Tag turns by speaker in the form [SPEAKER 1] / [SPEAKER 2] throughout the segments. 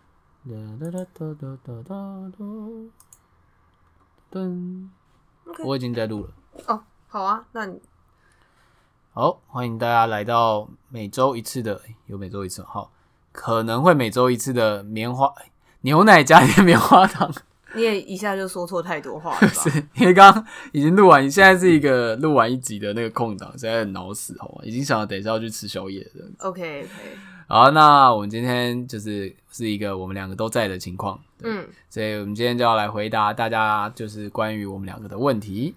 [SPEAKER 1] 哒哒哒哒哒哒哒，噔
[SPEAKER 2] OK
[SPEAKER 1] 我已经在录了。
[SPEAKER 2] 哦，好啊，那你
[SPEAKER 1] 好，欢迎大家来到每周一次的，诶有每周一次吗好，可能会每周一次的棉花诶牛奶加一点棉花糖。
[SPEAKER 2] 你也一下就说错太多话了吧？
[SPEAKER 1] 是因为刚刚已经录完，现在是一个录完一集的那个空档，现在很脑死好吗？已经想要等一下要去吃宵夜了。
[SPEAKER 2] OK OK，
[SPEAKER 1] 好，那我们今天就是是一个我们两个都在的情况，
[SPEAKER 2] 嗯，
[SPEAKER 1] 所以我们今天就要来回答大家就是关于我们两个的问题。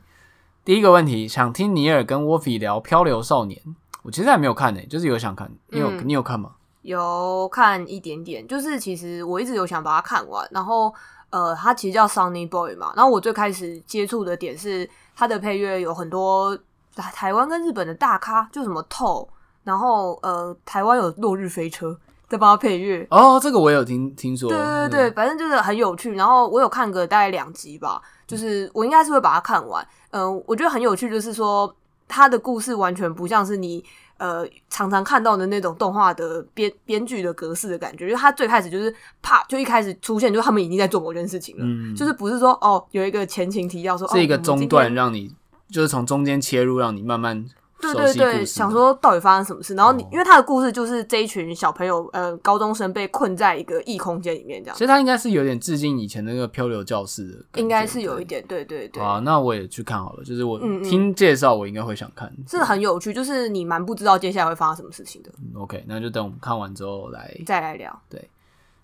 [SPEAKER 1] 第一个问题，想听尼尔跟 w o f f y 聊《漂流少年》，我其实还没有看呢、就是有想看，你有、
[SPEAKER 2] 嗯
[SPEAKER 1] 你有看吗？
[SPEAKER 2] 有看一点点，就是其实我一直有想把它看完，然后呃，它其实叫 Sunny Boy 嘛，然后我最开始接触的点是它的配乐有很多啊台湾跟日本的大咖，就什么透，然后呃，台湾有落日飞车在帮他配乐，
[SPEAKER 1] 哦，这个我有听听说，
[SPEAKER 2] 对对
[SPEAKER 1] 嗯
[SPEAKER 2] 对，反正就是很有趣。然后我有看个大概两集吧，就是我应该是会把它看完。嗯、我觉得很有趣，就是说它的故事完全不像是你呃常常看到的那种动画的编编剧的格式的感觉，因为它最开始就是啪就一开始出现，就是他们已经在做某件事情了，
[SPEAKER 1] 嗯
[SPEAKER 2] 就是不是说哦有一个前情提要说
[SPEAKER 1] 是一个
[SPEAKER 2] 哦我们今
[SPEAKER 1] 中
[SPEAKER 2] 天
[SPEAKER 1] 断，让你就是从中间切入，让你慢慢
[SPEAKER 2] 对
[SPEAKER 1] 熟
[SPEAKER 2] 对
[SPEAKER 1] 悉故事。
[SPEAKER 2] 对，想说到底发生什么事，然后你、
[SPEAKER 1] 哦
[SPEAKER 2] 因为他的故事就是这一群小朋友，呃，高中生被困在一个异空间里面，这样
[SPEAKER 1] 其实他应该是有点致敬以前那个漂流教室的感觉，
[SPEAKER 2] 应该是有一
[SPEAKER 1] 对。
[SPEAKER 2] 点，对对对。
[SPEAKER 1] 啊，那我也去看好了。就是我
[SPEAKER 2] 嗯嗯
[SPEAKER 1] 听介绍，我应该会想看。
[SPEAKER 2] 是很有趣，就是你蛮不知道接下来会发生什么事情的。
[SPEAKER 1] 嗯 OK，那就等我们看完之后来。
[SPEAKER 2] 再来聊，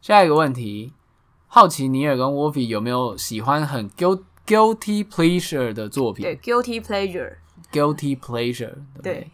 [SPEAKER 1] 下一个问题，好奇尼尔跟 w o f y 有没有喜欢很 guil- guilty pleasure 的作
[SPEAKER 2] 对
[SPEAKER 1] 品
[SPEAKER 2] ，guilty pleasure，
[SPEAKER 1] ？guilty pleasure，对
[SPEAKER 2] 对，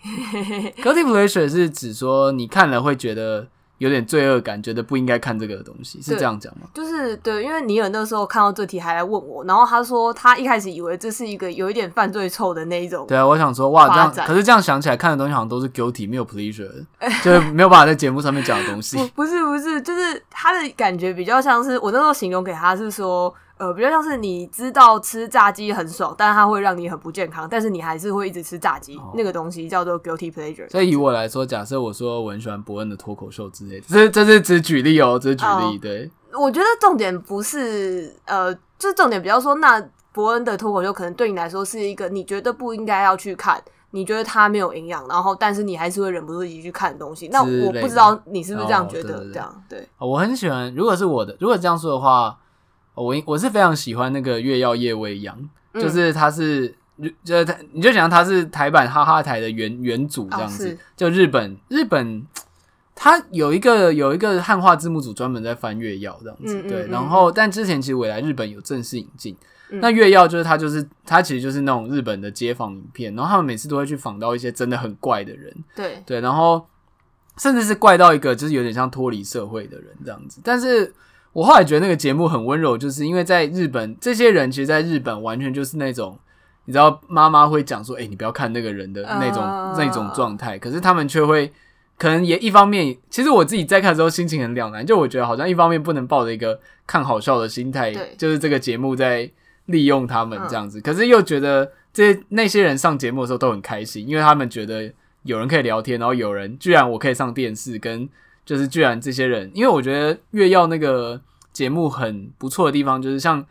[SPEAKER 1] 不对 ？guilty pleasure 是指说你看了会觉得有点罪恶感，觉得不应该看这个东西，是
[SPEAKER 2] 对
[SPEAKER 1] 这样讲吗？
[SPEAKER 2] 就是对，因为尼尔那时候看到这题还来问我，然后他说他一开始以为这是一个有一点犯罪臭的那一种，
[SPEAKER 1] 对啊，我想说，哇，这样
[SPEAKER 2] 发展
[SPEAKER 1] 可是这样想起来，看的东西好像都是 guilty，没有 pleasure，就是 没有办法在节目上面讲的东西。
[SPEAKER 2] 不不是不是，就是他的感觉比较像是我那时候形容给他是说，呃，比较像是你知道吃炸鸡很爽，但是它会让你很不健康，但是你还是会一直吃炸鸡，
[SPEAKER 1] 哦
[SPEAKER 2] 那个东西叫做 guilty pleasure。
[SPEAKER 1] 所以以我来说，假设我说我很喜欢伯恩的脱口秀之类的，这这是只举例哦，只是举例，
[SPEAKER 2] 哦
[SPEAKER 1] 对，
[SPEAKER 2] 我觉得重点不是呃，就是重点比较说，那伯恩的脱口秀可能对你来说是一个你觉得不应该要去看，你觉得它没有营养，然后但是你还是会忍不住一起去看的东西。那
[SPEAKER 1] 之类
[SPEAKER 2] 我
[SPEAKER 1] 的
[SPEAKER 2] 不知道你是不是这样觉
[SPEAKER 1] 哦
[SPEAKER 2] 得，
[SPEAKER 1] 对对对
[SPEAKER 2] 这样对
[SPEAKER 1] 啊我很喜欢。如果是我的，如果这样说的话，哦我我是非常喜欢那个《月曜夜未央》，
[SPEAKER 2] 嗯
[SPEAKER 1] 就是它是。就是它，你就想它是台版哈哈台的原原组这样
[SPEAKER 2] 哦
[SPEAKER 1] 子，
[SPEAKER 2] 是
[SPEAKER 1] 就日本日本，它有一个有一个汉化字幕组专门在翻月曜这样子，
[SPEAKER 2] 嗯嗯
[SPEAKER 1] 对。
[SPEAKER 2] 嗯
[SPEAKER 1] 然后，但之前其实我也来日本有正式引进，
[SPEAKER 2] 嗯
[SPEAKER 1] 那月曜就是它就是它其实就是那种日本的街访影片，然后他们每次都会去访到一些真的很怪的人，
[SPEAKER 2] 对，
[SPEAKER 1] 对，然后甚至是怪到一个就是有点像脱离社会的人这样子。但是我后来觉得那个节目很温柔，就是因为在日本，这些人其实在日本完全就是那种。你知道妈妈会讲说：“哎、你不要看那个人的那种、
[SPEAKER 2] 啊
[SPEAKER 1] 那种状态。”可是他们却会，可能也一方面，其实我自己在看的时候心情很两难，就我觉得好像一方面不能抱着一个看好笑的心态
[SPEAKER 2] 对，
[SPEAKER 1] 就是这个节目在利用他
[SPEAKER 2] 嗯
[SPEAKER 1] 们这样子，可是又觉得这那些人上节目的时候都很开心，因为他们觉得有人可以聊天，然后有人居然我可以上电视，跟就是居然这些人，因为我觉得越要那个节目很不错的地方，就是像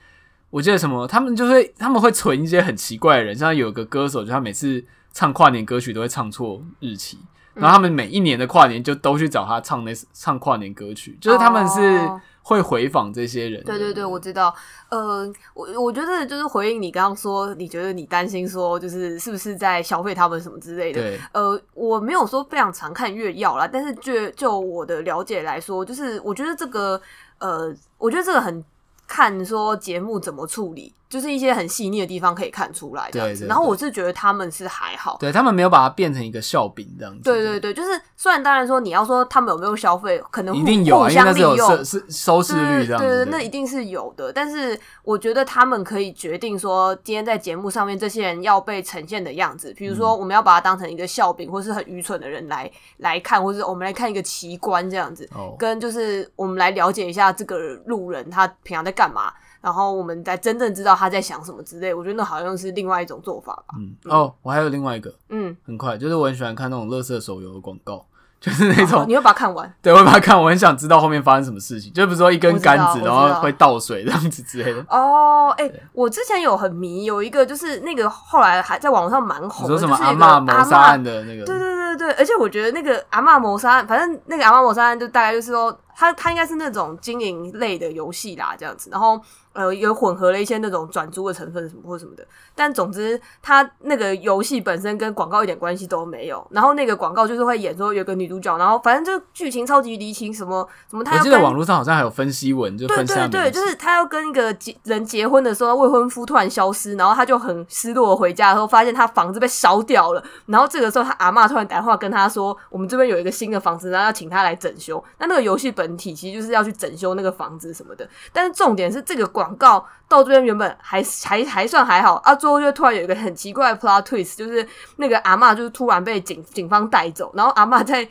[SPEAKER 1] 我记得什么，他们就会他们会存一些很奇怪的人，像有个歌手，就他每次唱跨年歌曲都会唱错日期，
[SPEAKER 2] 嗯
[SPEAKER 1] 然后他们每一年的跨年就都去找他唱那唱跨年歌曲，就是他们是
[SPEAKER 2] 哦
[SPEAKER 1] 会回访这些人的，
[SPEAKER 2] 对对对，我知道。呃，我我觉得就是回应你刚刚说，你觉得你担心说，就是是不是在消费他们什么之类的。
[SPEAKER 1] 对
[SPEAKER 2] 呃，我没有说非常常看越药啦，但是就就我的了解来说，就是我觉得这个呃，我觉得这个很看说节目怎么处理，就是一些很细腻的地方可以看出来这样子。
[SPEAKER 1] 对对
[SPEAKER 2] 然后
[SPEAKER 1] 对
[SPEAKER 2] 我是觉得他们是还好。
[SPEAKER 1] 对他们没有把它变成一个笑柄这样子。
[SPEAKER 2] 对对对，就是虽然当然说你要说他们有没有消费，可能
[SPEAKER 1] 一
[SPEAKER 2] 互
[SPEAKER 1] 定有啊，
[SPEAKER 2] 互
[SPEAKER 1] 因为那
[SPEAKER 2] 相
[SPEAKER 1] 是
[SPEAKER 2] 利
[SPEAKER 1] 有
[SPEAKER 2] 用，
[SPEAKER 1] 收是收视率这样子。
[SPEAKER 2] 对
[SPEAKER 1] 对
[SPEAKER 2] 对那一定是有的。但是我觉得他们可以决定说，今天在节目上面这些人要被呈现的样子，比如
[SPEAKER 1] 嗯
[SPEAKER 2] 说我们要把它当成一个笑柄，或是很愚蠢的人来来看，或是我们来看一个奇观这样子，
[SPEAKER 1] 哦，
[SPEAKER 2] 跟就是我们来了解一下这个路人他平常在干嘛。然后我们才真正知道他在想什么之类，我觉得那好像是另外一种做法吧。
[SPEAKER 1] 嗯，哦，我还有另外一个，
[SPEAKER 2] 嗯，
[SPEAKER 1] 很快，就是我很喜欢看那种乐色手游的广告，就是 那种
[SPEAKER 2] 哦你会把它看完。
[SPEAKER 1] 对，我会把它看，我很想知道后面发生什么事情，就比如说一根杆
[SPEAKER 2] 我知
[SPEAKER 1] 子，
[SPEAKER 2] 道
[SPEAKER 1] 然
[SPEAKER 2] 我知道
[SPEAKER 1] 后会倒水这样子之 类的。
[SPEAKER 2] 哦，哎、我之前有很迷，有一个就是那个后来还在网上蛮
[SPEAKER 1] 你
[SPEAKER 2] 红的，
[SPEAKER 1] 说
[SPEAKER 2] 就是
[SPEAKER 1] 什
[SPEAKER 2] 一
[SPEAKER 1] 么
[SPEAKER 2] 个
[SPEAKER 1] 阿
[SPEAKER 2] 嬷
[SPEAKER 1] 嬷谋杀案的那个？
[SPEAKER 2] 对对对对，而且我觉得那个阿嬷谋杀案，反正那个阿嬷谋杀案就大概就是说，它它应该是那种经营类的游戏啦，这样子，然后呃有混合了一些那种转租的成分什么或什么的，但总之它那个游戏本身跟广告一点关系都没有，然后那个广告就是会演说有个女主角，然后反正就剧情超级离奇，什么什么她
[SPEAKER 1] 我
[SPEAKER 2] 要
[SPEAKER 1] 记得
[SPEAKER 2] 跟
[SPEAKER 1] 网络上好像还有分析文，就
[SPEAKER 2] 对
[SPEAKER 1] 分析他
[SPEAKER 2] 对
[SPEAKER 1] 们
[SPEAKER 2] 对，就是他要跟一个结人结婚的时候，未婚夫突然消失，然后他就很失落地回家，然后发现他房子被烧掉了。然后这个时候，他阿嬷突然打电话跟他说：“我们这边有一个新的房子，然后要请他来整修。”那那个游戏本体其实就是要去整修那个房子什么的。但是重点是，这个广告到这边原本还还还算还好啊，最后就突然有一个很奇怪的 plot twist，就是那个阿嬷就是突然被警警方带走，然后阿嬷在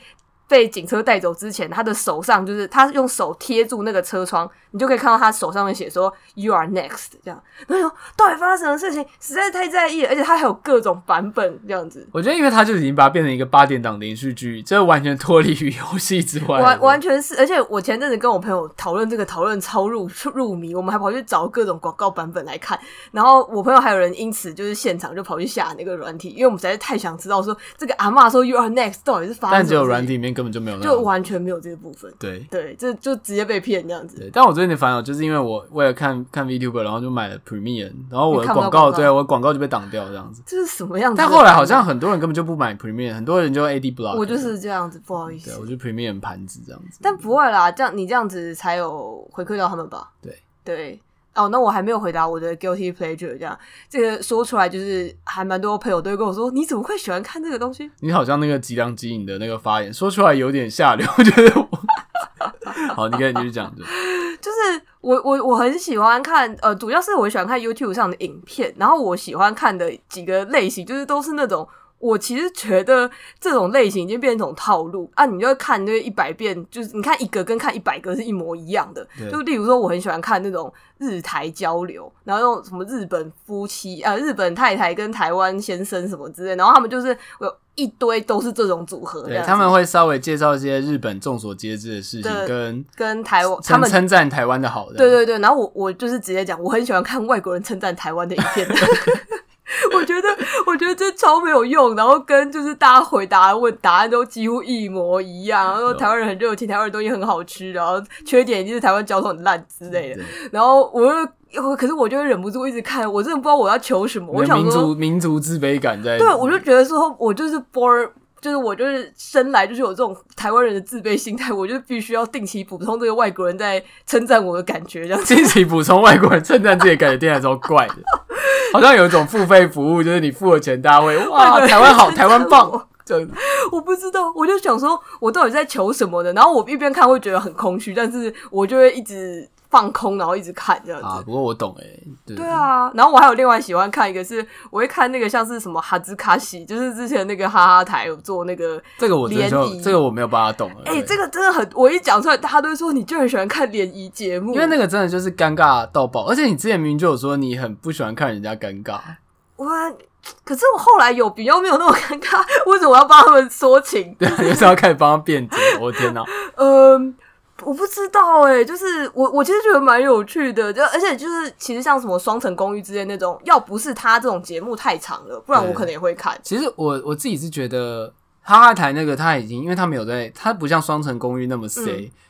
[SPEAKER 2] 被警车带走之前，他的手上就是他用手贴住那个车窗，你就可以看到他手上面写说 “You are next” 这样。然后说到底发生什么事情，实在太在意了，而且他还有各种版本这样子，
[SPEAKER 1] 我觉得，因为他就已经把它变成一个八点档连续剧，这完全脱离于游戏之外了。
[SPEAKER 2] 完完全是。而且我前阵子跟我朋友讨论这个，讨论超入入迷，我们还跑去找各种广告版本来看。然后我朋友还有人因此就是现场就跑去下那个软体，因为我们实在是太想知道说这个阿嬷说 “You are next” 到底是发生
[SPEAKER 1] 但
[SPEAKER 2] 什
[SPEAKER 1] 只有
[SPEAKER 2] 么
[SPEAKER 1] 软
[SPEAKER 2] 事情，
[SPEAKER 1] 体里面根本就没有那
[SPEAKER 2] 就
[SPEAKER 1] 种。
[SPEAKER 2] 完全没有这个部分。
[SPEAKER 1] 对
[SPEAKER 2] 对，这就直接被骗这样子。
[SPEAKER 1] 对，但我最近的烦恼就是因为我为了看看 VTuber，然后就买了 Premium，然后我
[SPEAKER 2] 你
[SPEAKER 1] 的
[SPEAKER 2] 看不
[SPEAKER 1] 广
[SPEAKER 2] 到
[SPEAKER 1] 告
[SPEAKER 2] 广告
[SPEAKER 1] 对我的广告就被挡掉这样子。
[SPEAKER 2] 这是什么样子的
[SPEAKER 1] 但
[SPEAKER 2] 版本？
[SPEAKER 1] 后来好像很多人根本就不买 Premium，很多人就 AD Block。
[SPEAKER 2] 我就是这样子，不好意
[SPEAKER 1] 对，
[SPEAKER 2] 思
[SPEAKER 1] 我。就 Premium 盘子这样子。
[SPEAKER 2] 但不会啦，这样你这样子才有回馈到他们吧？
[SPEAKER 1] 对
[SPEAKER 2] 对。哦，那我还没有回答我的 guilty pleasure，这样这个说出来就是还蛮多朋友都会跟我说，你怎么会喜欢看这个东西？
[SPEAKER 1] 你好像那个吉良吉影的那个发言说出来有点下流， 我觉得 我。好，你跟你继续讲。
[SPEAKER 2] 就是我我我很喜欢看，呃，主要是我喜欢看 YouTube 上的影片，然后我喜欢看的几个类型，就是都是那种我其实觉得这种类型已经变成一种套路啊，你就会看那一百遍，就是你看一个跟看一百个是一模一样的
[SPEAKER 1] 对。
[SPEAKER 2] 就例如说，我很喜欢看那种日台交流，然后用什么日本夫妻呃日本太太跟台湾先生什么之类，然后他们就是有一堆都是这种组合，这
[SPEAKER 1] 对，
[SPEAKER 2] 样子
[SPEAKER 1] 他们会稍微介绍一些日本众所皆知的事情，
[SPEAKER 2] 对
[SPEAKER 1] 跟
[SPEAKER 2] 跟台湾他
[SPEAKER 1] 称
[SPEAKER 2] 们
[SPEAKER 1] 称赞台湾的好的。
[SPEAKER 2] 对对对，然后我我就是直接讲，我很喜欢看外国人称赞台湾的影片。 我觉得，我觉得这超没有用，然后跟就是大家回答问答案都几乎一模一样，然后说台湾人很热情，台湾人东西很好吃，然后缺点就是台湾交通很烂之类的。 然后我又，可是我就会忍不住一直看，我真的不知道我要求什么。我
[SPEAKER 1] 你的
[SPEAKER 2] 想
[SPEAKER 1] 民嗯
[SPEAKER 2] 说，
[SPEAKER 1] 族民族自卑感在。
[SPEAKER 2] 对，我就觉得说，我就是 born，就是我就是生来就是有这种台湾人的自卑心态，我就必须要定期补充这个外国人在称赞我的感觉，这样
[SPEAKER 1] 近期补充外国人称赞自己的感觉，听起来超怪的，好像有一种付费服务，就是你付了钱， 大家会
[SPEAKER 2] 外国
[SPEAKER 1] 哇，
[SPEAKER 2] 人
[SPEAKER 1] 台湾好，
[SPEAKER 2] 称
[SPEAKER 1] 台
[SPEAKER 2] 赞
[SPEAKER 1] 湾
[SPEAKER 2] 我
[SPEAKER 1] 棒，这样
[SPEAKER 2] 我不知道，我就想说，我到底在求什么呢？然后我一边看会觉得很空虚，但是我就会一直放空，然后一直看这样子。
[SPEAKER 1] 啊。不过我懂哎、对
[SPEAKER 2] 对啊，然后我还有另外喜欢看一个是，我会看那个像是什么哈兹卡西，就是之前那个哈哈台有做那个，
[SPEAKER 1] 这个我真的
[SPEAKER 2] 联
[SPEAKER 1] 就
[SPEAKER 2] 谊
[SPEAKER 1] 这个我没有办法懂了。
[SPEAKER 2] 哎、
[SPEAKER 1] 对
[SPEAKER 2] 这个真的很，我一讲出来，大家都会说你就很喜欢看联谊节目，
[SPEAKER 1] 因为那个真的就是尴尬到爆，而且你之前明明就有说你很不喜欢看人家尴尬，
[SPEAKER 2] 我，可是我后来有比较没有那么尴尬， 为什么我要帮他们说情？
[SPEAKER 1] 对，啊就是要开始帮他辩解。我的天哪！
[SPEAKER 2] 嗯，我不知道哎、就是我我其实觉得蛮有趣的，就而且就是其实像什么《双层公寓》之类那种，要不是他这种节目太长了，不然
[SPEAKER 1] 对
[SPEAKER 2] 我可能也会看。
[SPEAKER 1] 其实我我自己是觉得哈哈台那个他已经，因为他没有在，他不像双层公寓那么
[SPEAKER 2] 嗯
[SPEAKER 1] C，、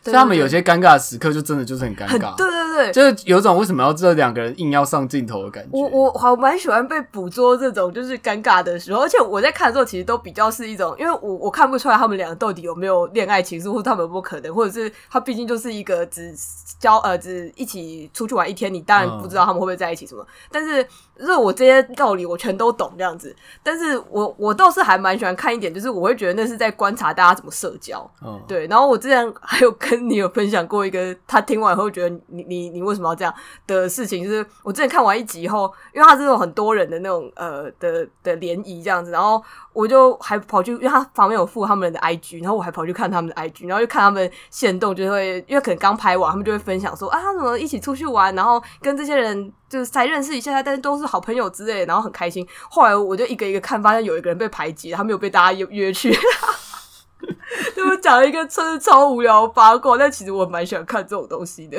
[SPEAKER 1] 所以他们有些尴尬的时刻就真的就是很尴
[SPEAKER 2] 很
[SPEAKER 1] 尬，
[SPEAKER 2] 对对对，
[SPEAKER 1] 就是有种为什么要这两个人硬要上镜头的感觉。
[SPEAKER 2] 我我好蛮喜欢被捕捉这种就是尴尬的时候，而且我在看的时候其实都比较是一种，因为我我看不出来他们俩到底有没有恋爱情愫，或者他们有没有可能，或者是他毕竟就是一个只交呃只一起出去玩一天，你当然
[SPEAKER 1] 嗯
[SPEAKER 2] 不知道他们会不会在一起什么，但是就是我这些道理我全都懂这样子，但是我我倒是还蛮喜欢看一点，就是我会觉得那是在观察大家怎么社交。
[SPEAKER 1] 嗯，
[SPEAKER 2] 对，然后我之前还有跟你有分享过一个，他听完后觉得你你你为什么要这样的事情，就是我之前看完一集以后，因为他是那种很多人的那种 呃的的联谊这样子，然后我就还跑去，因为他旁边有附他们的 IG，然后我还跑去看他们的 IG，然后就看他们现动，就会因为可能刚拍完，他们就会分享说啊，他怎么一起出去玩，然后跟这些人就是才认识一下，但是都是好朋友之类的，然后很开心。后来我就一个一个看，发现有一个人被排挤，他没有被大家约约去。 对我讲了一个真的超无聊的八卦，但其实我蛮喜欢看这种东西的。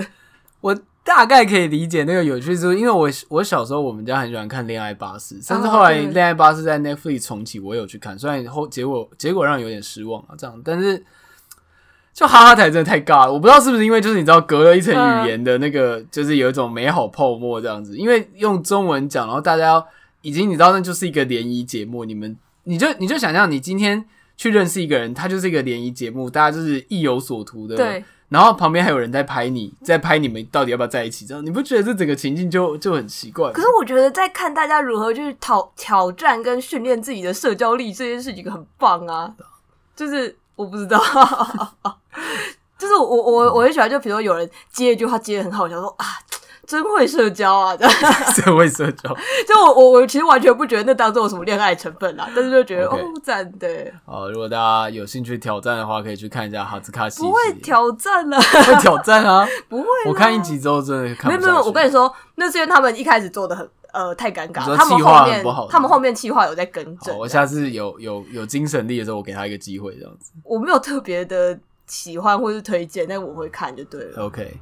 [SPEAKER 1] 我大概可以理解那个有趣之处，因为我我小时候我们家很喜欢看《恋爱巴士》，甚至后来
[SPEAKER 2] 哦对
[SPEAKER 1] 《恋爱巴士》在 Netflix 重启，我有去看，虽然后结果结果让人有点失望啊，这样，但是就哈哈台真的太尬了，我不知道是不是因为就是你知道隔了一层语言的那个，就是有一种美好泡沫这样子，因为用中文讲，然后大家要已经你知道那就是一个联谊节目，你们你就你就想象你今天去认识一个人，他就是一个联谊节目，大家就是意有所图的，
[SPEAKER 2] 对，
[SPEAKER 1] 然后旁边还有人在拍你，在拍你们到底要不要在一起，这样你不觉得这整个情境就就很奇怪吗？
[SPEAKER 2] 可是我觉得在看大家如何去挑挑战跟训练自己的社交力这件事情很棒啊，就是我不知道， 就是我我我我很喜欢，就比如说有人接一句话接的很好，我想说啊。真会社交啊！ 这样
[SPEAKER 1] 社会社交
[SPEAKER 2] 就我我我其实完全不觉得那当中有什么恋爱成分啦，但是就觉得
[SPEAKER 1] OK
[SPEAKER 2] 哦赞对，
[SPEAKER 1] 好，如果大家有兴趣挑战的话，可以去看一下哈兹卡西。
[SPEAKER 2] 不会挑战了，
[SPEAKER 1] 会挑战啊！
[SPEAKER 2] 不会啦。
[SPEAKER 1] 我看一集之后真的看
[SPEAKER 2] 没
[SPEAKER 1] 不下去。
[SPEAKER 2] 有没有，我跟你说，那是因为他们一开始做的很呃太尴尬
[SPEAKER 1] 你说，
[SPEAKER 2] 他们
[SPEAKER 1] 企划
[SPEAKER 2] 后
[SPEAKER 1] 很
[SPEAKER 2] 面
[SPEAKER 1] 不好
[SPEAKER 2] 他们后面计划有在更正
[SPEAKER 1] 好，我
[SPEAKER 2] 这样
[SPEAKER 1] 下次有有有精神力的时候，我给他一个机会，这样子。
[SPEAKER 2] 我没有特别的喜欢或是推荐，但我会看就对了。
[SPEAKER 1] OK。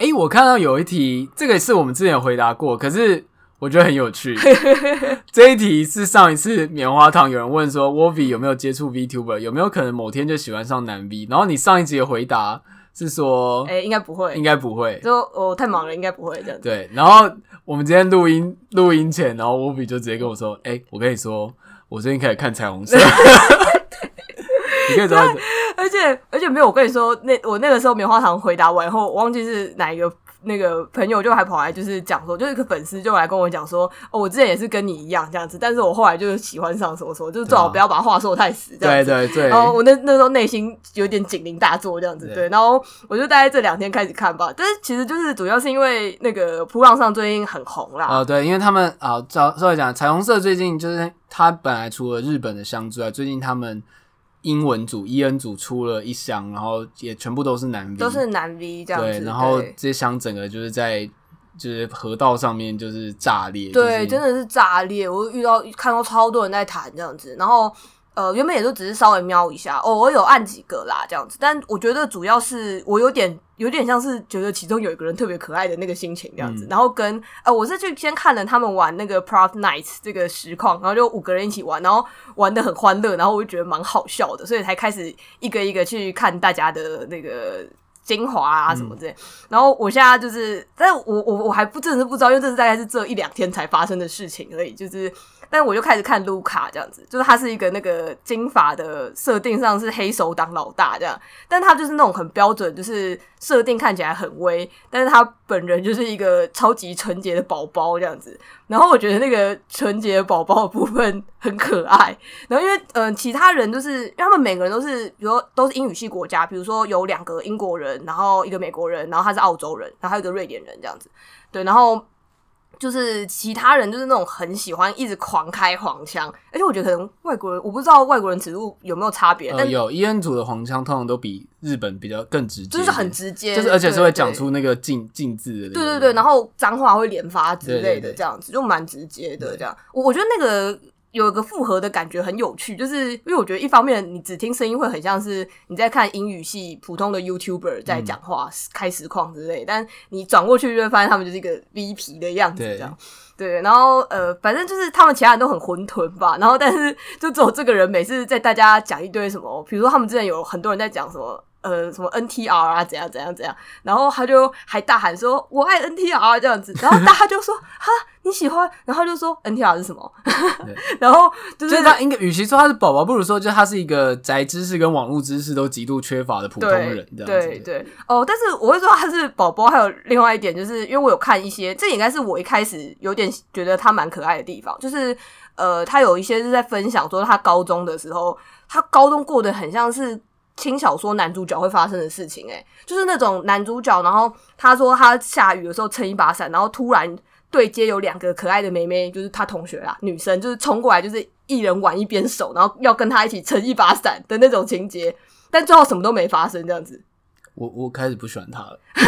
[SPEAKER 1] 哎、我看到有一题，这个是我们之前有回答过，可是我觉得很有 趣。这一题是上一次棉花糖有人问说 w o v i 有没有接触 VTuber，有没有可能某天就喜欢上男 V？然后你上一集的回答是说，
[SPEAKER 2] 哎、应该不会
[SPEAKER 1] 应，该不会。
[SPEAKER 2] 就我、太忙了，应该不会这样子。
[SPEAKER 1] 对，然后我们今天录音录音前，然后 w o b 就直接跟我说：“哎、我跟你说，我最近开始看彩 虹色。”你可以找他
[SPEAKER 2] 而且而且没有，我跟你说，那我那个时候棉花糖回答完后，我忘记是哪一个那个朋友就还跑来就是讲说，就是一个粉丝就来跟我讲说，哦，我之前也是跟你一样这样子，但是我后来就是喜欢上什么什么，就是最
[SPEAKER 1] 啊
[SPEAKER 2] 好不要把话说太死这样
[SPEAKER 1] 对
[SPEAKER 2] 子。
[SPEAKER 1] 对对，
[SPEAKER 2] 然哦后我那那时候内心有点警铃大作这样子，
[SPEAKER 1] 对
[SPEAKER 2] 对。然后我就大概这两天开始看吧，但是其实就是主要是因为那个扑浪上最近很红啦，
[SPEAKER 1] 啊、对，因为他们啊，稍稍微讲，彩虹社最近就是他本来除了日本的箱之外，最近他们英文组、伊恩组出了一箱，然后也全部都是男 V，
[SPEAKER 2] 都是男 V 这样
[SPEAKER 1] 嗯对，
[SPEAKER 2] 子，
[SPEAKER 1] 然后
[SPEAKER 2] 对
[SPEAKER 1] 这箱整个就是在就是河道上面就是炸裂，
[SPEAKER 2] 对，
[SPEAKER 1] 就
[SPEAKER 2] 真
[SPEAKER 1] 是呃
[SPEAKER 2] 的是炸裂！我遇到看到超多人在谈这样子，然后呃，原本也就只是稍微瞄一下，偶尔有按几个啦这样子，但我觉得主要是我有点有点像是觉得其中有一个人特别可爱的那个心情这样子，
[SPEAKER 1] 嗯
[SPEAKER 2] 然后跟呃，我是去先看了他们玩那个 Prof Night 这个实况，然后就五个人一起玩，然后玩的很欢乐，然后我就觉得蛮好笑的，所以才开始一个一个去看大家的那个。精华啊什么之类，然后我现在就是，但是我我我还不真的是不知道，因为这是大概是这一两天才发生的事情而已。就是，但我就开始看卢卡这样子，就是他是一个那个金发的设定上是黑手党老大这样，但他就是那种很标准，就是设定看起来很威，但是他本人就是一个超级纯洁的宝宝这样子。然后我觉得那个纯洁宝宝的部分很可爱。然后因为嗯、呃其他人就是因为他们每个人都是，比如说都是英语系国家，比如说有两个英国人，然后一个美国人，然后他是澳洲人，然后还有一个瑞典人这样子。对，然后。就是其他人就是那种很喜欢一直狂开黄腔，而且我觉得可能外国人我不知道外国人尺度有没有差别，
[SPEAKER 1] 呃
[SPEAKER 2] 但
[SPEAKER 1] 有伊恩组的黄腔通常都比日本比较更直接一
[SPEAKER 2] 就
[SPEAKER 1] 点，
[SPEAKER 2] 是很直接，
[SPEAKER 1] 就是而且是会讲
[SPEAKER 2] 对
[SPEAKER 1] 出那个禁禁字的那个，
[SPEAKER 2] 对对对，然后脏话会连发之
[SPEAKER 1] 对对
[SPEAKER 2] 类的，
[SPEAKER 1] 对
[SPEAKER 2] 这样子就蛮直接的。
[SPEAKER 1] 对
[SPEAKER 2] 这样，我我觉得那个有一个复合的感觉很有趣，就是因为我觉得一方面你只听声音会很像是你在看英语系普通的 YouTuber 在讲话、
[SPEAKER 1] 嗯
[SPEAKER 2] 开实况之类，但你转过去就会发现他们就是一个 V 皮的样子，
[SPEAKER 1] 对
[SPEAKER 2] 这样。对，然后呃，反正就是他们其他人都很混沌吧，然后但是就只有这个人每次在大家讲一堆什么，比如说他们之前有很多人在讲什么呃什么 NTR 啊怎样怎样怎样，然后他就还大喊说“我爱 NTR” 这样子，然后大家就说“哈你喜欢”，然后他就说 “NTR 是什么
[SPEAKER 1] 对？”
[SPEAKER 2] 然后就
[SPEAKER 1] 就是是他应该，与其说他是宝宝，不如说就是他是一个宅知识跟网络知识都极度缺乏的普通人
[SPEAKER 2] 对，
[SPEAKER 1] 这样子。
[SPEAKER 2] 对对哦，但是我会说他是宝宝，还有另外一点，就是因为我有看一些，这也应该是我一开始有点觉得他蛮可爱的地方，就是呃，他有一些是在分享说他高中的时候，他高中过得很像是。轻小说男主角会发生的事情、欸，就是那种男主角，然后他说他下雨的时候撑一把伞，然后突然对接有两个可爱的妹妹，就是他同学啦，女生就是冲过来，就是一人挽一边手，然后要跟他一起撑一把伞的那种情节，但最后什么都没发生，这样子。
[SPEAKER 1] 我我开始不喜欢他了。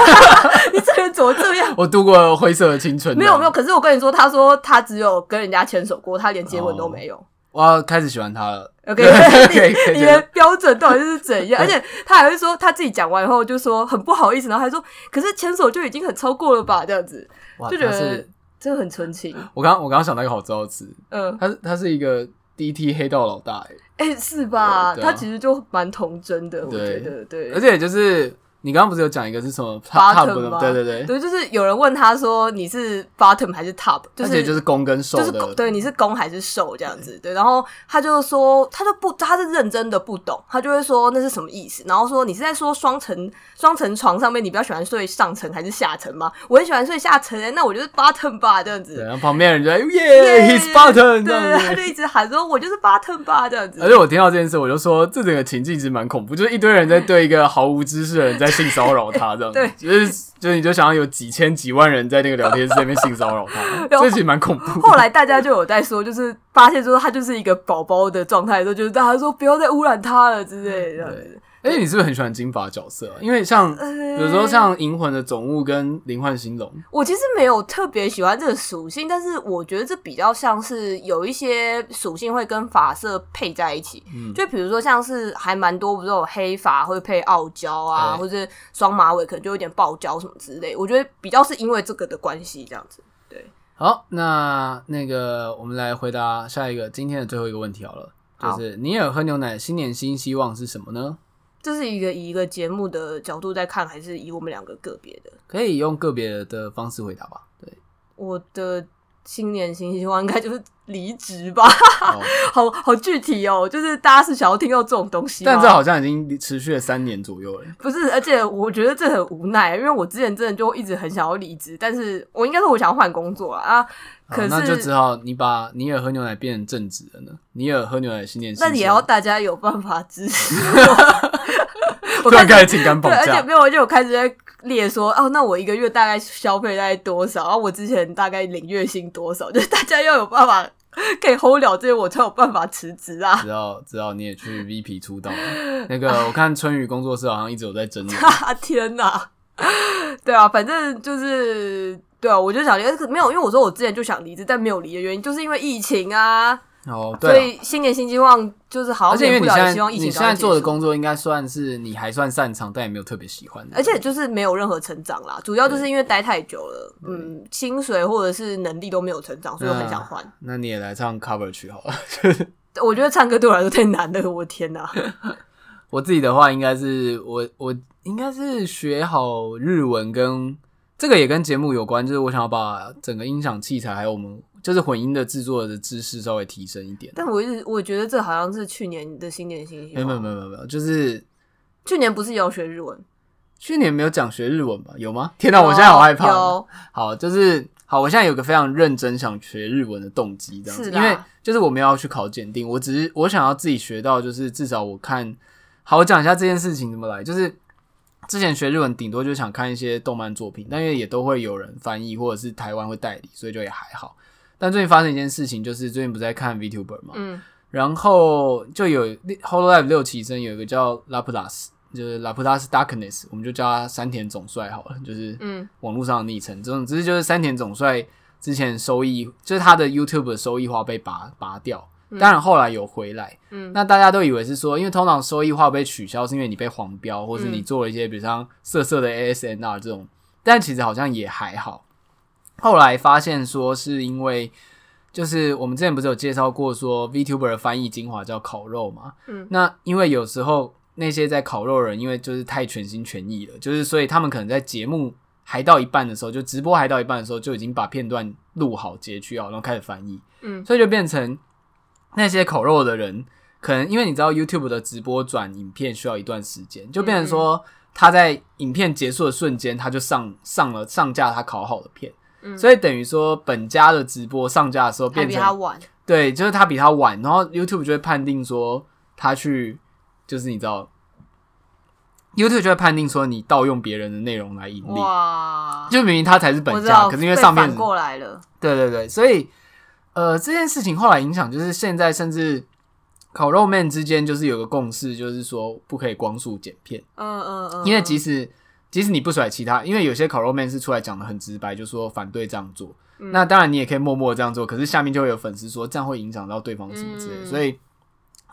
[SPEAKER 2] 你这个人怎么这样？
[SPEAKER 1] 我度过了灰色的青春，
[SPEAKER 2] 没有没有，，可是我跟你说，他说他只有跟人家牵手过，他连接吻都没有。
[SPEAKER 1] 我要开始喜欢他了。
[SPEAKER 2] OK，你
[SPEAKER 1] 哦 可以可以
[SPEAKER 2] 你的标准到底是 怎样？而且他还会说他自己讲完以后就说很不好意思，然后还说可是前手就已经很超过了吧，这样子
[SPEAKER 1] 哇，
[SPEAKER 2] 就觉
[SPEAKER 1] 啊他
[SPEAKER 2] 得
[SPEAKER 1] 是
[SPEAKER 2] 真的很纯情。
[SPEAKER 1] 我刚我刚刚想到一个好招的词，
[SPEAKER 2] 嗯，
[SPEAKER 1] 他是他是一个 DT 黑道老大、欸，
[SPEAKER 2] 哎、是吧？
[SPEAKER 1] 对啊
[SPEAKER 2] 他其实就蛮童真的，我觉
[SPEAKER 1] 对
[SPEAKER 2] 得对。
[SPEAKER 1] 而且就是你刚刚不是有讲一个是什么
[SPEAKER 2] Bottom 吗
[SPEAKER 1] top 对对对，
[SPEAKER 2] 对，就是有人问他说你是 bottom 还是 top，就
[SPEAKER 1] 而
[SPEAKER 2] 是
[SPEAKER 1] 且就是攻跟受
[SPEAKER 2] 就是
[SPEAKER 1] 的，
[SPEAKER 2] 对你是攻还是受这样子，对，然后他就说他就不他是认真的不懂，他就会说那是什么意思，然后说你是在说双层双层床上面你比较喜欢睡上层还是下层吗？我很喜欢睡下层、欸，那我就是 bottom 吧这样
[SPEAKER 1] 对，
[SPEAKER 2] 子，
[SPEAKER 1] 然后旁边人就在
[SPEAKER 2] 对
[SPEAKER 1] 耶 he's button 这
[SPEAKER 2] 对，他
[SPEAKER 1] 样
[SPEAKER 2] 就
[SPEAKER 1] 子。
[SPEAKER 2] 一直喊说我就是 bottom 吧这样
[SPEAKER 1] 而
[SPEAKER 2] 子，
[SPEAKER 1] 且我听到这件事，我就说这整个情境其实蛮恐怖，就是一堆人在对一个毫无知识的人在性骚扰他，这样子，
[SPEAKER 2] 对
[SPEAKER 1] 就是就是你就想要有几千几万人在那个聊天室里面性骚扰他，
[SPEAKER 2] 然后
[SPEAKER 1] 这其实蛮恐怖。
[SPEAKER 2] 后来大家就有在说，就是发现说他就是一个宝宝的状态的时候，就是大家说不要再污染他了之类的这样子，
[SPEAKER 1] 哎、你是不是很喜欢金发角色、啊？因为像
[SPEAKER 2] 呃
[SPEAKER 1] 比如说像《银魂》的总务跟《灵幻形龙》，
[SPEAKER 2] 我其实没有特别喜欢这个属性，但是我觉得这比较像是有一些属性会跟发色配在一起，
[SPEAKER 1] 嗯
[SPEAKER 2] 就比如说像是还蛮多不是有黑发会配傲娇啊，
[SPEAKER 1] 对
[SPEAKER 2] 或者双马尾可能就有点爆娇什么之类，我觉得比较是因为这个的关系这样子。
[SPEAKER 1] 好，那那个我们来回答下一个今天的最后一个问题好了，就
[SPEAKER 2] 好
[SPEAKER 1] 是尼尔喝牛奶新年新希望是什么呢？
[SPEAKER 2] 这是一个以一个节目的角度在看，还是以我们两个个别的？
[SPEAKER 1] 可以用个别的方式回答吧。对，
[SPEAKER 2] 我的新年新希望应该就是离职吧，
[SPEAKER 1] 哦、
[SPEAKER 2] 好好具体哦，就是大家是想要听到这种东西吗，
[SPEAKER 1] 但这好像已经持续了三年左右了。
[SPEAKER 2] 不是，而且我觉得这很无奈，因为我之前真的就一直很想要离职，但是我应该说我想要换工作啊啊，
[SPEAKER 1] 好
[SPEAKER 2] 可是
[SPEAKER 1] 那就只好你把尼尔喝牛奶变成正职了呢。尼尔喝牛奶新年新希
[SPEAKER 2] 那
[SPEAKER 1] 望，
[SPEAKER 2] 也要大家有办法支 持我。我
[SPEAKER 1] 突然
[SPEAKER 2] 开
[SPEAKER 1] 开
[SPEAKER 2] 始
[SPEAKER 1] 始情感绑
[SPEAKER 2] 对，而且
[SPEAKER 1] 架。
[SPEAKER 2] 没有，而且我开始在列说，哦，那我一个月大概消费大概多少？然啊后我之前大概领月薪多少？就是大家要有办法可以 hold 了这些，我才有办法辞职啊。
[SPEAKER 1] 只要只要你也去 VP 出道了，那个我看春雨工作室好像一直有在 整理。
[SPEAKER 2] 啊天哪！对啊，反正就是对啊，我就想离，呃可没有，因为我说我之前就想离职，但没有离的原因，就是因为疫情啊，
[SPEAKER 1] 哦，对
[SPEAKER 2] 所
[SPEAKER 1] 了
[SPEAKER 2] 以新年新希望就是好
[SPEAKER 1] 而
[SPEAKER 2] 像
[SPEAKER 1] 且因为
[SPEAKER 2] 免
[SPEAKER 1] 你
[SPEAKER 2] 不
[SPEAKER 1] 现
[SPEAKER 2] 了，
[SPEAKER 1] 在
[SPEAKER 2] 也希望疫情
[SPEAKER 1] 你现
[SPEAKER 2] 赶快
[SPEAKER 1] 在做的
[SPEAKER 2] 结束，
[SPEAKER 1] 工作应该算是你还算擅长，但也没有特别喜欢的。
[SPEAKER 2] 而且就是没有任何成长啦，主要就是因为待太久了，嗯，薪水或者是能力都没有成长，所以我
[SPEAKER 1] 嗯
[SPEAKER 2] 很想换。
[SPEAKER 1] 那你也来唱 cover 曲 好了。
[SPEAKER 2] 我觉得唱歌对我来说太难了，我的天哪！
[SPEAKER 1] 我自己的话，应该是我我应该是学好日文跟这个也跟节目有关，就是我想要把整个音响器材还有我们就是混音的制作的知识稍微提升一点。哎
[SPEAKER 2] 但我一直我觉得这好像是去年的新年新希
[SPEAKER 1] 没有
[SPEAKER 2] 望，
[SPEAKER 1] 没有没有没有没有，就是
[SPEAKER 2] 去年不是也有学日文？
[SPEAKER 1] 去年没有讲学日文吧？有吗？天哪，我现在好害怕。
[SPEAKER 2] 有
[SPEAKER 1] 好，就是好，我现在有个非常认真想学日文的动机，这样
[SPEAKER 2] 是
[SPEAKER 1] 子，因
[SPEAKER 2] 啦
[SPEAKER 1] 为就是我们要去考检定，我只是我想要自己学到，就是至少我看，好，我讲一下这件事情怎么来，就是。之前学日文顶多就想看一些动漫作品，但因为也都会有人翻译，或者是台湾会代理，所以就也还好。但最近发生一件事情，就是最近不是在看 VTuber 嘛，
[SPEAKER 2] 嗯，
[SPEAKER 1] 然后就有 Hololive 六期生有一个叫拉普拉斯，就是拉普拉斯 Darkness，我们就叫他山田总帅好了，就是
[SPEAKER 2] 嗯
[SPEAKER 1] 网络上的昵称。总之就是山田总帅之前收益，就是他的 YouTube 的收益化被拔拔掉，当然后来有回来。
[SPEAKER 2] 嗯
[SPEAKER 1] 那大家都以为是说，因为通常收益化被取消是因为你被黄标，或是
[SPEAKER 2] 嗯
[SPEAKER 1] 你做了一些比如像色色的 ASNR 这种，但其实好像也还好。后来发现说是因为。就是我们之前不是有介绍过说 VTuber 的翻译精华叫烤肉嘛？
[SPEAKER 2] 嗯
[SPEAKER 1] 那因为有时候那些在烤肉的人，因为就是太全心全意了，就是所以他们可能在节目还到一半的时候，就直播还到一半的时候，就已经把片段录好、截取好，然后开始翻译，
[SPEAKER 2] 嗯
[SPEAKER 1] 所以就变成那些烤肉的人，可能因为你知道 YouTube 的直播转影片需要一段时间，就变成
[SPEAKER 2] 嗯
[SPEAKER 1] 说他在影片结束的瞬间，他就上上了上架他烤好的片。
[SPEAKER 2] 嗯
[SPEAKER 1] 所以等于说，本家的直播上架的时候
[SPEAKER 2] 还
[SPEAKER 1] 变
[SPEAKER 2] 比
[SPEAKER 1] 成
[SPEAKER 2] 他晚，
[SPEAKER 1] 对，就是他比他晚，然后 YouTube 就会判定说他去，就是你知道，YouTube 就会判定说你盗用别人的内容来盈利，
[SPEAKER 2] 哇，
[SPEAKER 1] 就明明他才是
[SPEAKER 2] 我
[SPEAKER 1] 本
[SPEAKER 2] 知
[SPEAKER 1] 家，
[SPEAKER 2] 道，
[SPEAKER 1] 可是因为
[SPEAKER 2] 被
[SPEAKER 1] 上面
[SPEAKER 2] 反过来了，
[SPEAKER 1] 对对对，所以呃这件事情后来影响就是现在甚至烤肉面之间就是有个共识，就是说不可以光速剪片。
[SPEAKER 2] 嗯嗯嗯，
[SPEAKER 1] 因为即使即使你不甩其他，因为有些烤肉面是出来讲的很直白，就说反对这样做。
[SPEAKER 2] 嗯
[SPEAKER 1] 那当然你也可以默默地这样做，可是下面就会有粉丝说这样会影响到对方什么之类的，
[SPEAKER 2] 嗯
[SPEAKER 1] 所以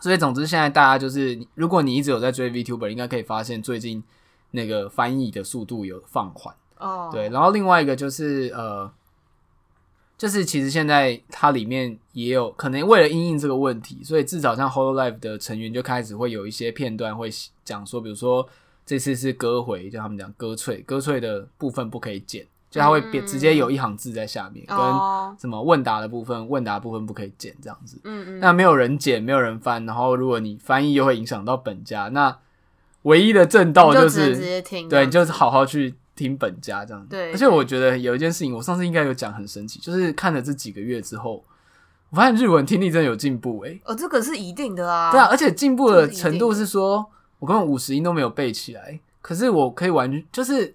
[SPEAKER 1] 所以总之，现在大家就是，如果你一直有在追 VTuber，应该可以发现最近那个翻译的速度有放缓。
[SPEAKER 2] 哦，
[SPEAKER 1] 对，，然后另外一个就是呃，就是其实现在它里面也有可能为了因应这个问题，所以至少像 Hololive 的成员就开始会有一些片段会讲说，比如说这次是歌回，就他们讲歌脆，歌脆的部分不可以剪，就它会变、
[SPEAKER 2] 嗯
[SPEAKER 1] 直接有一行字在下面，跟
[SPEAKER 2] 哦，
[SPEAKER 1] 什么问答的部分，问答部分不可以剪这样子。
[SPEAKER 2] 嗯嗯，
[SPEAKER 1] 那没有人剪，没有人翻，然后如果你翻译又会影响到本家，那唯一的正道
[SPEAKER 2] 你就只能
[SPEAKER 1] 是
[SPEAKER 2] 直接听啊这
[SPEAKER 1] 对，
[SPEAKER 2] 样
[SPEAKER 1] 你
[SPEAKER 2] 子，
[SPEAKER 1] 就是好好去听本家这样子。
[SPEAKER 2] 对
[SPEAKER 1] 而且我觉得有一件事情，我上次应该有讲很神奇，就是看了这几个月之后，我发现日文听力真的有进步诶、
[SPEAKER 2] 哦，这个是一定的啊，
[SPEAKER 1] 对啊，，而且进步的程度
[SPEAKER 2] 这是一定
[SPEAKER 1] 是说，我根本五十音都没有背起来，可是我可以完全就是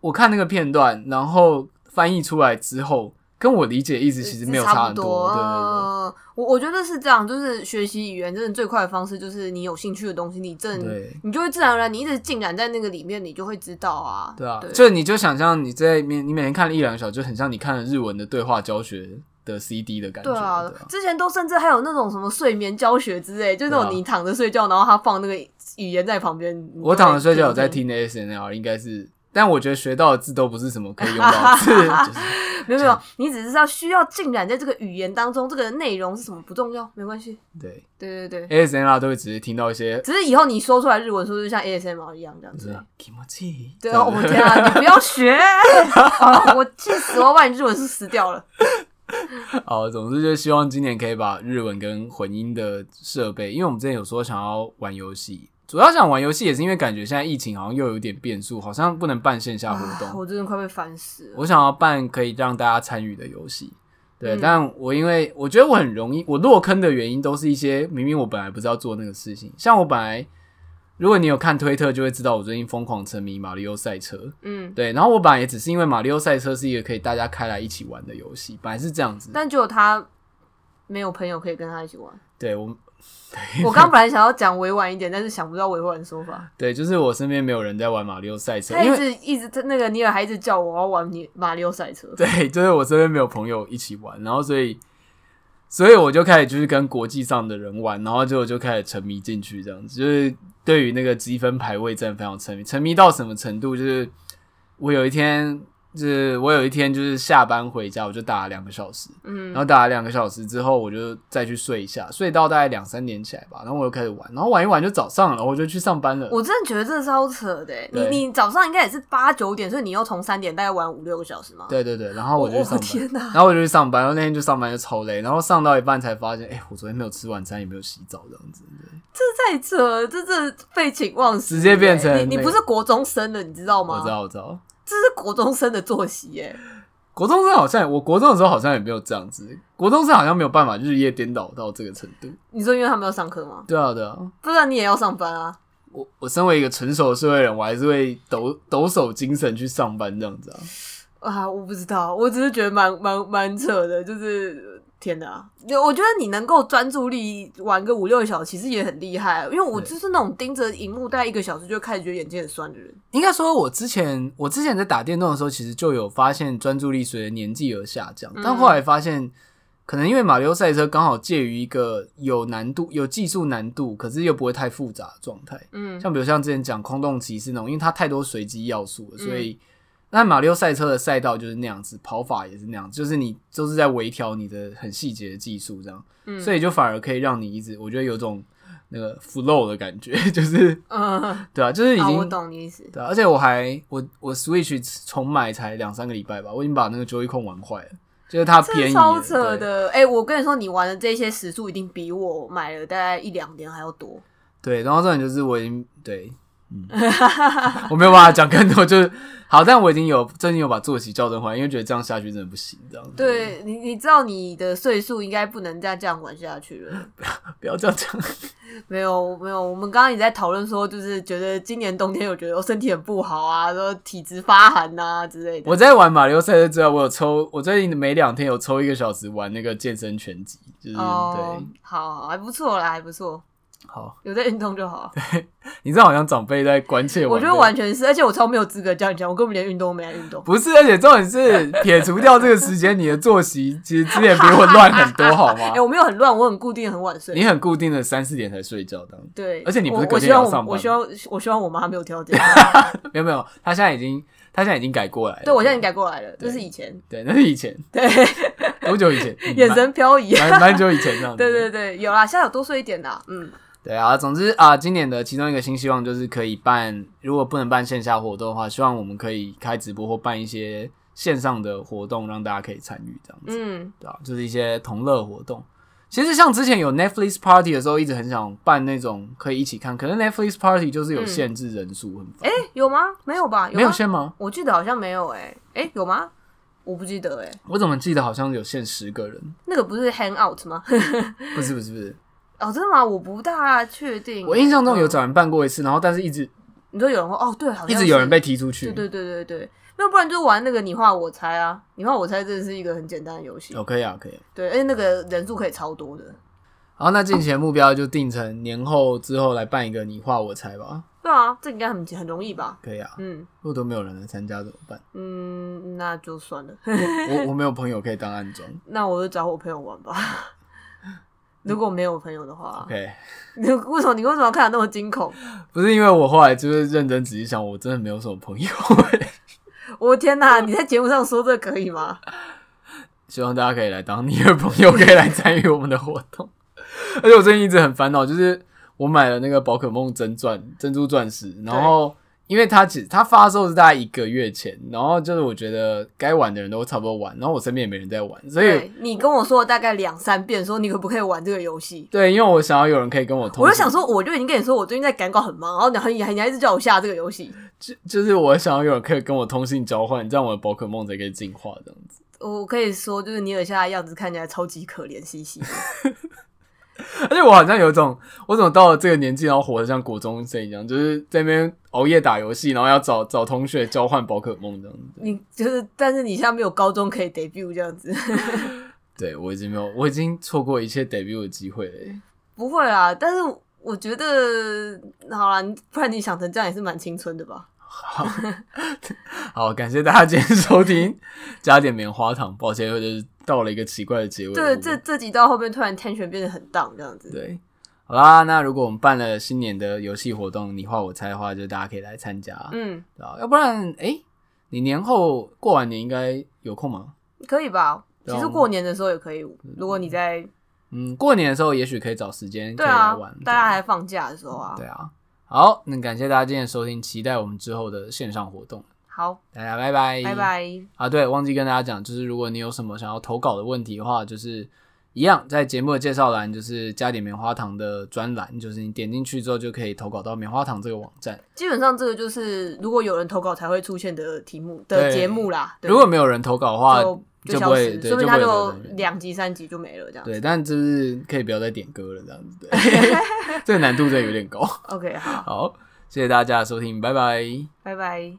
[SPEAKER 1] 我看那个片段，然后翻译出来之后，跟我理解意思其实没有
[SPEAKER 2] 差
[SPEAKER 1] 很
[SPEAKER 2] 不多。
[SPEAKER 1] 对对对。
[SPEAKER 2] 嗯我我觉得是这样，就是学习语言真的最快的方式就是你有兴趣的东西，你正
[SPEAKER 1] 对
[SPEAKER 2] 你就会自然而然，你一直浸染在那个里面，你就会知道啊。
[SPEAKER 1] 对啊
[SPEAKER 2] 对，
[SPEAKER 1] 就你就想象你在每你每天看了一两个小时，就很像你看了日文的对话教学的 CD 的感觉。
[SPEAKER 2] 对啊
[SPEAKER 1] 对，
[SPEAKER 2] 之前都甚至还有那种什么睡眠教学之类，就那
[SPEAKER 1] 对啊
[SPEAKER 2] 种你躺着睡觉，然后他放那个语言在旁边。你就
[SPEAKER 1] 我躺着睡觉有
[SPEAKER 2] 一
[SPEAKER 1] 在
[SPEAKER 2] 听，
[SPEAKER 1] 听的 SNL，应该是，但我觉得学到的字都不是什么可以用到的字，就是
[SPEAKER 2] 没有没有，你只是要需要浸染在这个语言当中，这个内容是什么不重要，没关系。
[SPEAKER 1] 对
[SPEAKER 2] 对对对，
[SPEAKER 1] SNL 都会只是听到一些，
[SPEAKER 2] 只是以后你说出来日文，是不是像 ASMR 一样这样
[SPEAKER 1] 就
[SPEAKER 2] 子
[SPEAKER 1] 是？啊気持ちいい，
[SPEAKER 2] 对啊，我天啊，你不要学！ 好了，我气死我，把你日文是死掉了。
[SPEAKER 1] 哦，总之就是希望今年可以把日文跟混音的设备，因为我们之前有说想要玩游戏，主要想玩游戏也是因为感觉现在疫情好像又有点变数，好像不能办线下活动，
[SPEAKER 2] 我真的快被烦死了。
[SPEAKER 1] 我想要办可以让大家参与的游戏。对，
[SPEAKER 2] 嗯
[SPEAKER 1] 但我因为我觉得我很容易，我落坑的原因都是一些明明我本来不知道做那个事情，像我本来，如果你有看推特就会知道我最近疯狂沉迷马里奥赛车，
[SPEAKER 2] 嗯，
[SPEAKER 1] 对，然后我本来也只是因为马里奥赛车是一个可以大家开来一起玩的游戏，本来是这样子，
[SPEAKER 2] 但只有他没有朋友可以跟他一起玩。
[SPEAKER 1] 对我，
[SPEAKER 2] 我刚本来想要讲委婉一点，但是想不到委婉的说法。
[SPEAKER 1] 对，就是我身边没有人在玩马里奥赛车，
[SPEAKER 2] 他
[SPEAKER 1] 因
[SPEAKER 2] 一
[SPEAKER 1] 为
[SPEAKER 2] 直一直那个尼尔还一直叫我要玩你马里奥赛车。
[SPEAKER 1] 对，就是我身边没有朋友一起玩，然后所以，所以我就开始就是跟国际上的人玩，然后结果就开始沉迷进去，这样子，就是对于那个积分排位战非常沉迷，沉迷到什么程度？就是我有一天，就是我有一天就是下班回家，我就打了两个小时，
[SPEAKER 2] 嗯
[SPEAKER 1] 然后打了两个小时之后，我就再去睡一下，睡到大概两三点起来吧，然后我又开始玩，然后玩一玩就早上了，我就去上班了。
[SPEAKER 2] 我真的觉得这超扯的欸。你
[SPEAKER 1] 对
[SPEAKER 2] 你早上应该也是八九点，所以你要从三点大概玩五六个小时吗？
[SPEAKER 1] 对对对，然后我就去
[SPEAKER 2] 哦
[SPEAKER 1] 上班，
[SPEAKER 2] 天哪
[SPEAKER 1] 然后我就去上班，然后那天就上班就超累，然后上到一半才发现，哎、我昨天没有吃晚餐，也没有洗澡，这样子，对
[SPEAKER 2] 太扯了，这这废寝忘食欸，
[SPEAKER 1] 直接变成
[SPEAKER 2] 你
[SPEAKER 1] 那
[SPEAKER 2] 你
[SPEAKER 1] 个
[SPEAKER 2] 不是国中生了，你知道吗？
[SPEAKER 1] 我知道，我知道。
[SPEAKER 2] 这是国中生的作息欸耶、
[SPEAKER 1] 国中生好像，我国中的时候好像也没有这样子，国中生好像没有办法日夜颠倒到这个程度。
[SPEAKER 2] 你说因为他们要上课吗？
[SPEAKER 1] 对啊，对啊，
[SPEAKER 2] 不然你也要上班啊。
[SPEAKER 1] 我我身为一个成熟的社会人，我还是会抖抖擞精神去上班这样子啊。
[SPEAKER 2] 啊，我不知道，我只是觉得蛮蛮蛮扯的，就是天哪！我觉得你能够专注力玩个五六个小时，其实也很厉害。啊因为我就是那种盯着荧幕待一个小时就开始觉得眼睛很酸的人。
[SPEAKER 1] 应该说，我之前我之前在打电动的时候，其实就有发现专注力随着年纪而下降，但后
[SPEAKER 2] 嗯
[SPEAKER 1] 来发现，可能因为马里奥赛车刚好介于一个有难度、有技术难度，可是又不会太复杂的状态。
[SPEAKER 2] 嗯
[SPEAKER 1] 像比如像之前讲空洞骑士那种，因为它太多随机要素了，所
[SPEAKER 2] 嗯
[SPEAKER 1] 以那马里奥赛车的赛道就是那样子，跑法也是那样，就是你就是在微调你的很细节的技术这样，
[SPEAKER 2] 嗯
[SPEAKER 1] 所以就反而可以让你一直，我觉得有种那个 flow 的感觉， 就是
[SPEAKER 2] 嗯，
[SPEAKER 1] 对啊，就是已
[SPEAKER 2] 啊，
[SPEAKER 1] 经、
[SPEAKER 2] 我懂你意思。
[SPEAKER 1] 对啊、而且我还我我 Switch 重买才两三个礼拜吧，我已经把那个 Joy 控玩坏了，就是它
[SPEAKER 2] 这
[SPEAKER 1] 便宜
[SPEAKER 2] 超扯
[SPEAKER 1] 对
[SPEAKER 2] 的，哎、我跟你说，你玩的这些时速一定比我买了大概一两年还要多。
[SPEAKER 1] 对，然后重点就是我已经对， 嗯，我没有办法讲更多，就是好，但我已经有最近有把作息校正回来，因为觉得这样下去真的不行，这样子，
[SPEAKER 2] 对你，你知道你的岁数应该不能再这样玩下去了。
[SPEAKER 1] 不要这样讲，
[SPEAKER 2] 没有没有，我们刚刚也在讨论说，就是觉得今年冬天有觉得我哦身体很不好啊，说体质发寒呐、之类的。
[SPEAKER 1] 我在玩马里奥赛车之外，我有抽，我最近每两天有抽一个小时玩那个健身拳击，就是、
[SPEAKER 2] 哦哦，好好，还不错啦，还不错。
[SPEAKER 1] 好，
[SPEAKER 2] 有在运动就好。
[SPEAKER 1] 你这好像长辈在关切
[SPEAKER 2] 我觉
[SPEAKER 1] 晚
[SPEAKER 2] 得
[SPEAKER 1] 辈
[SPEAKER 2] 完全是，而且我超没有资格这样讲，我根本连运动都没来运 动。
[SPEAKER 1] 不是，而且重点是撇除掉这个时间，你的作息其实之前比我乱很多，好吗
[SPEAKER 2] 哎、？我没有很乱，我很固定，很晚睡。
[SPEAKER 1] 你很固定的三四点才睡觉的，
[SPEAKER 2] 对，
[SPEAKER 1] 而且你不是
[SPEAKER 2] 我
[SPEAKER 1] 隔
[SPEAKER 2] 我
[SPEAKER 1] 天
[SPEAKER 2] 希望
[SPEAKER 1] 也要上班
[SPEAKER 2] 我我希望我希望我妈没有挑这个。
[SPEAKER 1] 没有没有，他现在已经他现在已经改过来了。
[SPEAKER 2] 对，我现在已经改过来了，这是
[SPEAKER 1] 对
[SPEAKER 2] 以前
[SPEAKER 1] 对，那是以前
[SPEAKER 2] 对
[SPEAKER 1] 多久以前？嗯
[SPEAKER 2] 眼神漂移。
[SPEAKER 1] 蛮蛮蛮久以前这样子。
[SPEAKER 2] 对对对，有啦，现在有多睡一点啦。嗯，
[SPEAKER 1] 对啊，总之啊、今年的其中一个新希望就是可以办，如果不能办线下活动的话，希望我们可以开直播或办一些线上的活动，让大家可以参与这样子，
[SPEAKER 2] 嗯，
[SPEAKER 1] 对啊，就是一些同乐活动。其实像之前有 Netflix Party 的时候，一直很想办那种可以一起看，可是 Netflix Party 就是有限制人数，很烦。
[SPEAKER 2] 哎、有吗？没嗯有吧？
[SPEAKER 1] 没有
[SPEAKER 2] 吗
[SPEAKER 1] 限吗？
[SPEAKER 2] 我记得好像没有、哎，哎，有吗？我不记得、哎，
[SPEAKER 1] 我怎么记得好像有限十个人？
[SPEAKER 2] 那个不是 hang out 吗？
[SPEAKER 1] 不是不是不是，
[SPEAKER 2] 哦，真的吗？我不大确定。
[SPEAKER 1] 我印象中有
[SPEAKER 2] 嗯
[SPEAKER 1] 找人办过一次，然后但是一直
[SPEAKER 2] 你说有人会哦，对，好像
[SPEAKER 1] 一直有人
[SPEAKER 2] 是
[SPEAKER 1] 被踢出去。
[SPEAKER 2] 对对对对对，那不然就玩那个你画我猜啊，你画我猜真的是一个很简单的游戏，
[SPEAKER 1] 哦，可以啊，可以啊。
[SPEAKER 2] 对，而且那个人数可以超多的，
[SPEAKER 1] 好，那近期的目标就定成年后之后来办一个你画我猜吧，
[SPEAKER 2] 对啊，这应该很很容易吧？
[SPEAKER 1] 可以啊。
[SPEAKER 2] 嗯
[SPEAKER 1] 如果都没有人来参加怎么办？
[SPEAKER 2] 嗯，那就算了，
[SPEAKER 1] 我我没有朋友可以当暗中。
[SPEAKER 2] 那我就找我朋友玩 吧。如果没有朋友的话，
[SPEAKER 1] OK，
[SPEAKER 2] 你为什么你为什么要看得那么惊恐？
[SPEAKER 1] 不是因为我后来就是认真仔细想，我真的没有什么朋友，
[SPEAKER 2] 我的天哪！你在节目上说这个可以吗？
[SPEAKER 1] 希望大家可以来当你的朋友，可以来参与我们的活动。 而且我最近一直很烦恼，就是我买了那个宝可梦珍钻、珍珠钻石，然后因为它只它发售是大概一个月前，然后就是我觉得该玩的人都差不多玩，然后我身边也没人在玩，所以
[SPEAKER 2] 对你跟我说了大概两三遍，说你可不可以玩这个游戏？
[SPEAKER 1] 对，因为我想要有人可以跟我同，
[SPEAKER 2] 我就想，说，我就已经跟你说，我最近在赶稿很忙，然后你还你还你还一直叫我下这个游戏，
[SPEAKER 1] 就就是我想要有人可以跟我通信交换，这样我的宝可梦才可以进化这样子。
[SPEAKER 2] 我可以说，就是尼尔现在的样子看起来超级可怜兮兮的。
[SPEAKER 1] 而且我好像有一种，我怎么到了这个年纪，然后活得像国中生一样，就是在那边熬夜打游戏，然后要找找同学交换宝可梦这样子。
[SPEAKER 2] 你就是，但是你现在没有高中可以 debut 这样子，
[SPEAKER 1] 对我已经没有，我已经错过一切 debut 的机会 了耶。
[SPEAKER 2] 不会啦。但是我觉得，好啦，你不然你想成这样也是蛮青春的吧？
[SPEAKER 1] 好， 好，感谢大家今天收听，加点棉花糖，抱歉，又就是到了一个奇怪的结尾。
[SPEAKER 2] 对，这这集到后面突然 tension 变得很 down 这样子。
[SPEAKER 1] 对，好啦，那如果我们办了新年的游戏活动，你画我猜的话，就大家可以来参加，
[SPEAKER 2] 嗯，
[SPEAKER 1] 对啊要不然，哎、你年后过完年应该有空吗？
[SPEAKER 2] 可以吧？
[SPEAKER 1] 对啊
[SPEAKER 2] 其实过年的时候也可以，如果你在
[SPEAKER 1] 嗯，过年的时候也许可以找时间可
[SPEAKER 2] 对
[SPEAKER 1] 以来
[SPEAKER 2] 啊
[SPEAKER 1] 玩，，
[SPEAKER 2] 大家还放假的时候啊
[SPEAKER 1] 对，啊。好，那感谢大家今天的收听，期待我们之后的线上活动，
[SPEAKER 2] 好，
[SPEAKER 1] 大家拜拜，
[SPEAKER 2] 拜拜。
[SPEAKER 1] 啊！对，忘记跟大家讲，就是如果你有什么想要投稿的问题的话，就是一样在节目的介绍栏，就是加点棉花糖的专栏，就是你点进去之后就可以投稿到棉花糖这个网站。
[SPEAKER 2] 基本上这个就是如果有人投稿才会出现的题目
[SPEAKER 1] 对
[SPEAKER 2] 的节目啦。对
[SPEAKER 1] 如果没有人投稿的话，
[SPEAKER 2] 就就
[SPEAKER 1] 就
[SPEAKER 2] 消
[SPEAKER 1] 不会
[SPEAKER 2] 失，
[SPEAKER 1] 对
[SPEAKER 2] 说明
[SPEAKER 1] 就
[SPEAKER 2] 他
[SPEAKER 1] 不会
[SPEAKER 2] 就
[SPEAKER 1] 有人
[SPEAKER 2] 两集三集就没了这样。
[SPEAKER 1] 对，但就是可以不要再点歌了，这样子， 对，这个难度真的有点高。
[SPEAKER 2] OK，好，
[SPEAKER 1] 好，谢谢大家的收听，拜拜。
[SPEAKER 2] 拜拜。